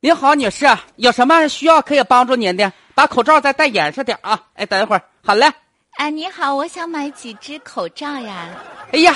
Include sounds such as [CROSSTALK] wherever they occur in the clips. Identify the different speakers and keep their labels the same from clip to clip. Speaker 1: 您好，女士，有什么需要可以帮助您的？把口罩再戴严实点啊！哎，等一会儿，好嘞。
Speaker 2: 哎，你好，我想买几只口罩呀。
Speaker 1: 哎呀，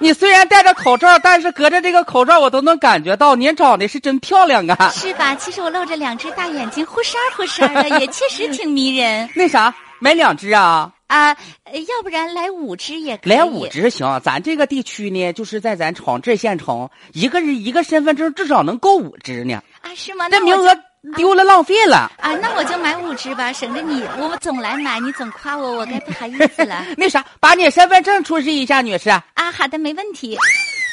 Speaker 1: 你虽然戴着口罩，但是隔着这个口罩，我都能感觉到您长得是真漂亮啊！
Speaker 2: 是吧？其实我露着两只大眼睛，忽闪忽闪的，也确实挺迷人
Speaker 1: 那啥，买两只啊？
Speaker 2: 啊。呃要不然来五只也可以。
Speaker 1: 来五。只行。啊咱这个地区呢，就是在咱长治县城，一个人一个身份证至少能够五只呢。
Speaker 2: 啊，是吗？
Speaker 1: 这
Speaker 2: 那
Speaker 1: 名
Speaker 2: 我就
Speaker 1: 额丢了，浪费了。
Speaker 2: 啊，那我就买五只吧，省着你，我总来买，你总夸我，我该不好意思了。 [LAUGHS]
Speaker 1: 那啥，把你身份证出示一下，女士。
Speaker 2: 啊，好的，没问题。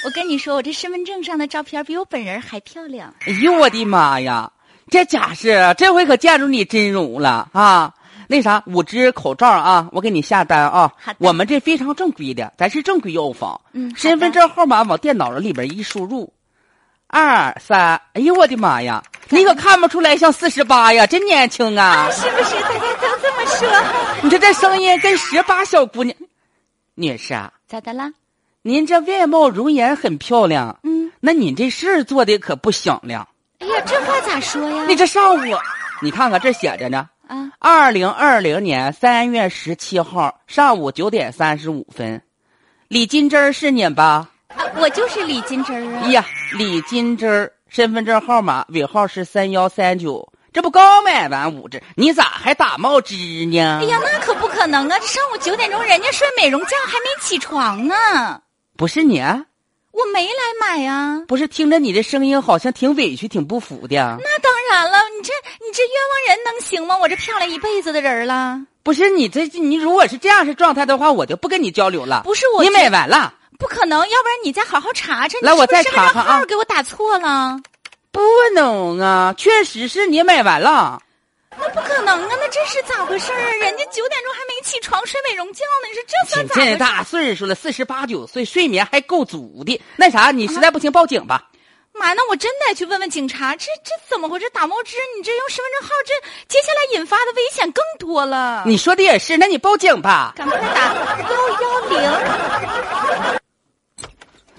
Speaker 2: 我跟你说，我这身份证上的照片比我本人还漂亮。
Speaker 1: 哎呦我的妈呀！这家是这回可见着你真容了啊！那啥，五只口罩啊，我给你下单啊
Speaker 2: 好的。
Speaker 1: 我们这非常正规的，咱是正规药房。
Speaker 2: 嗯好的
Speaker 1: 身份证号码往电脑里边一输入，二三，哎呦我的妈呀！你可看不出来像四十八呀，真年轻啊！
Speaker 2: 是不是大家都这么说？
Speaker 1: 你这这声音跟十八小姑娘，女士啊，
Speaker 2: 咋的啦？
Speaker 1: 您这外貌容颜很漂亮，
Speaker 2: 嗯，
Speaker 1: 那你这事儿做的可不响亮。
Speaker 2: 哎呀，这话咋说呀？
Speaker 1: 你这上午，你看看这写着呢。
Speaker 2: 啊，
Speaker 1: 二零二零年三月十七号上午九点三十五分，李金枝儿是你吧？
Speaker 2: 啊，我就是李金枝儿
Speaker 1: 哎
Speaker 2: 啊。
Speaker 1: 呀，李金枝儿身份证号码尾号是三幺三九，这不刚买完五只，你咋还打冒汁呢？
Speaker 2: 哎呀，那可不可能啊！这上午九点钟，人家睡美容觉还没起床呢，
Speaker 1: 不是你啊，
Speaker 2: 我没来买啊呀、
Speaker 1: 不是听着你的声音好像挺委屈、挺不服的。啊
Speaker 2: 那当然了，你这你这冤枉人能行吗？我这漂亮一辈子的人了，
Speaker 1: 不是你这你如果是这样式状态的话，我就不跟你交流了。
Speaker 2: 不是我
Speaker 1: 你
Speaker 2: 觉
Speaker 1: 买完了。
Speaker 2: 不可能！要不然你再好好查查，你
Speaker 1: 来
Speaker 2: 是不
Speaker 1: 我再
Speaker 2: 是
Speaker 1: 查
Speaker 2: 让
Speaker 1: 查
Speaker 2: 号
Speaker 1: 啊
Speaker 2: 给我打错了？
Speaker 1: 不能啊，确实是你买完了。
Speaker 2: 那不可能啊！那这是咋回事儿啊？人家九点钟还没起床睡美容觉呢，你说这算
Speaker 1: 挺
Speaker 2: 咋
Speaker 1: 这
Speaker 2: 回事儿？
Speaker 1: 大岁数了，四十八九岁，睡眠还够足的。那啥，你实在不行报警吧。
Speaker 2: 妈，那我真得去问问警察，这这怎么回事？打冒汁，你这用身份证号，这接下来引发的危险更多了。
Speaker 1: 你说的也是，那你报警吧。
Speaker 2: 赶快打幺幺零。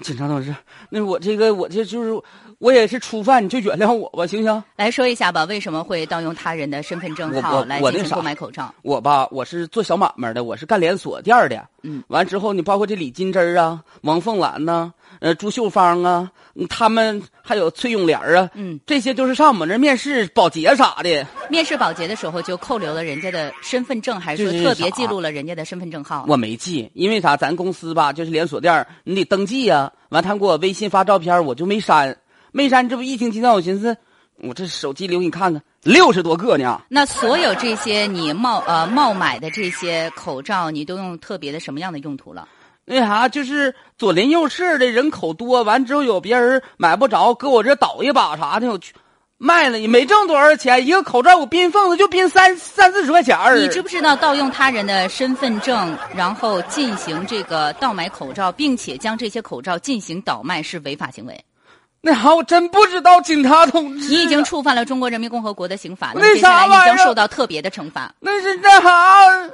Speaker 1: 警察同志，那我这个我这就是我也是初犯，你就原谅我吧，行不行？
Speaker 2: 来说一下吧，为什么会盗用他人的身份证
Speaker 1: 我
Speaker 2: 号
Speaker 1: 我
Speaker 2: 来
Speaker 1: 我
Speaker 2: 进
Speaker 1: 那
Speaker 2: 行
Speaker 1: 啥
Speaker 2: 购买口罩？
Speaker 1: 我吧，我是做小买卖的，我是干连锁店的。
Speaker 2: 嗯，
Speaker 1: 完之后，你包括这李金枝儿啊、王凤兰呐、呃朱秀芳啊，嗯他们还有崔永莲儿啊，
Speaker 2: 嗯，
Speaker 1: 这些就是上我们这儿面试保洁啥的。
Speaker 2: 面试保洁的时候就扣留了人家的身份证，还是说
Speaker 1: 这是
Speaker 2: 特别
Speaker 1: 啥
Speaker 2: 记录了人家的身份证号？
Speaker 1: 我没记，因为啥？咱公司吧，就是连锁店儿，你得登记呀、完，他给我微信发照片儿，我就没删，没删。这不一星期天，我寻思，我这手机留你看看，六十多个呢。
Speaker 2: 那所有这些你冒呃冒买的这些口罩，你都用特别的什么样的用途了？
Speaker 1: 那啥，就是左邻右舍的人口多，完之后有别人买不着，搁我这倒一把啥的，我去卖了也没挣多少钱，一个口罩我宾缝子就宾三三四十块钱儿。
Speaker 2: 你知不知道盗用他人的身份证，然后进行这个盗买口罩，并且将这些口罩进行倒卖是违法行为？
Speaker 1: 那啥，我真不知道，警察同啊志，
Speaker 2: 你已经触犯了中国人民共和国的刑法了，
Speaker 1: 为
Speaker 2: 接下来
Speaker 1: 啥玩
Speaker 2: 你将
Speaker 1: 意儿
Speaker 2: 受到特别的惩罚。
Speaker 1: 那是那啥。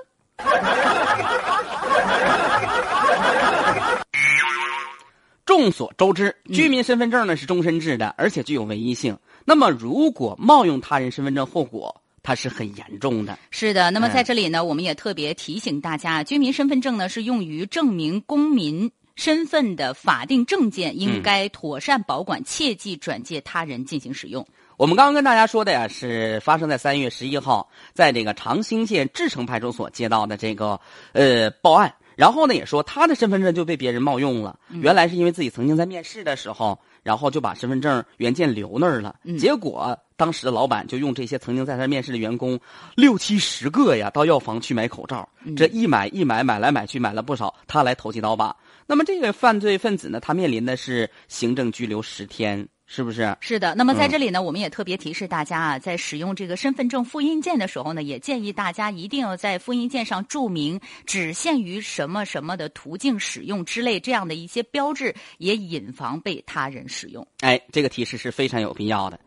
Speaker 1: 众所周知，居民身份证呢是终身制的，而且具有唯一性。那么，如果冒用他人身份证，后果它是很严重的。
Speaker 2: 是的，那么
Speaker 1: 哎
Speaker 2: 在这里呢，我们也特别提醒大家，居民身份证呢是用于证明公民身份的法定证件，应该妥善保管，切忌转借他人进行使用。
Speaker 1: 我们刚刚跟大家说的呀，是发生在三月十一号，在这个长兴县志城派出所接到的这个呃报案，然后呢也说他的身份证就被别人冒用了，原来是因为自己曾经在面试的时候，然后就把身份证原件留那儿了，
Speaker 2: 嗯
Speaker 1: 结果当时的老板就用这些曾经在他面试的员工六七十个呀到药房去买口罩，这一买一买买来买去买了不少，他来投机倒把。那么这个犯罪分子呢，他面临的是行政拘留十天，是不是？
Speaker 2: 是的，那么在这里呢，我们也特别提示大家啊，在使用这个身份证复印件的时候呢，也建议大家一定要在复印件上注明只限于什么什么的途径使用之类这样的一些标志，也引防被他人使用。
Speaker 1: 哎，这个提示是非常有必要的。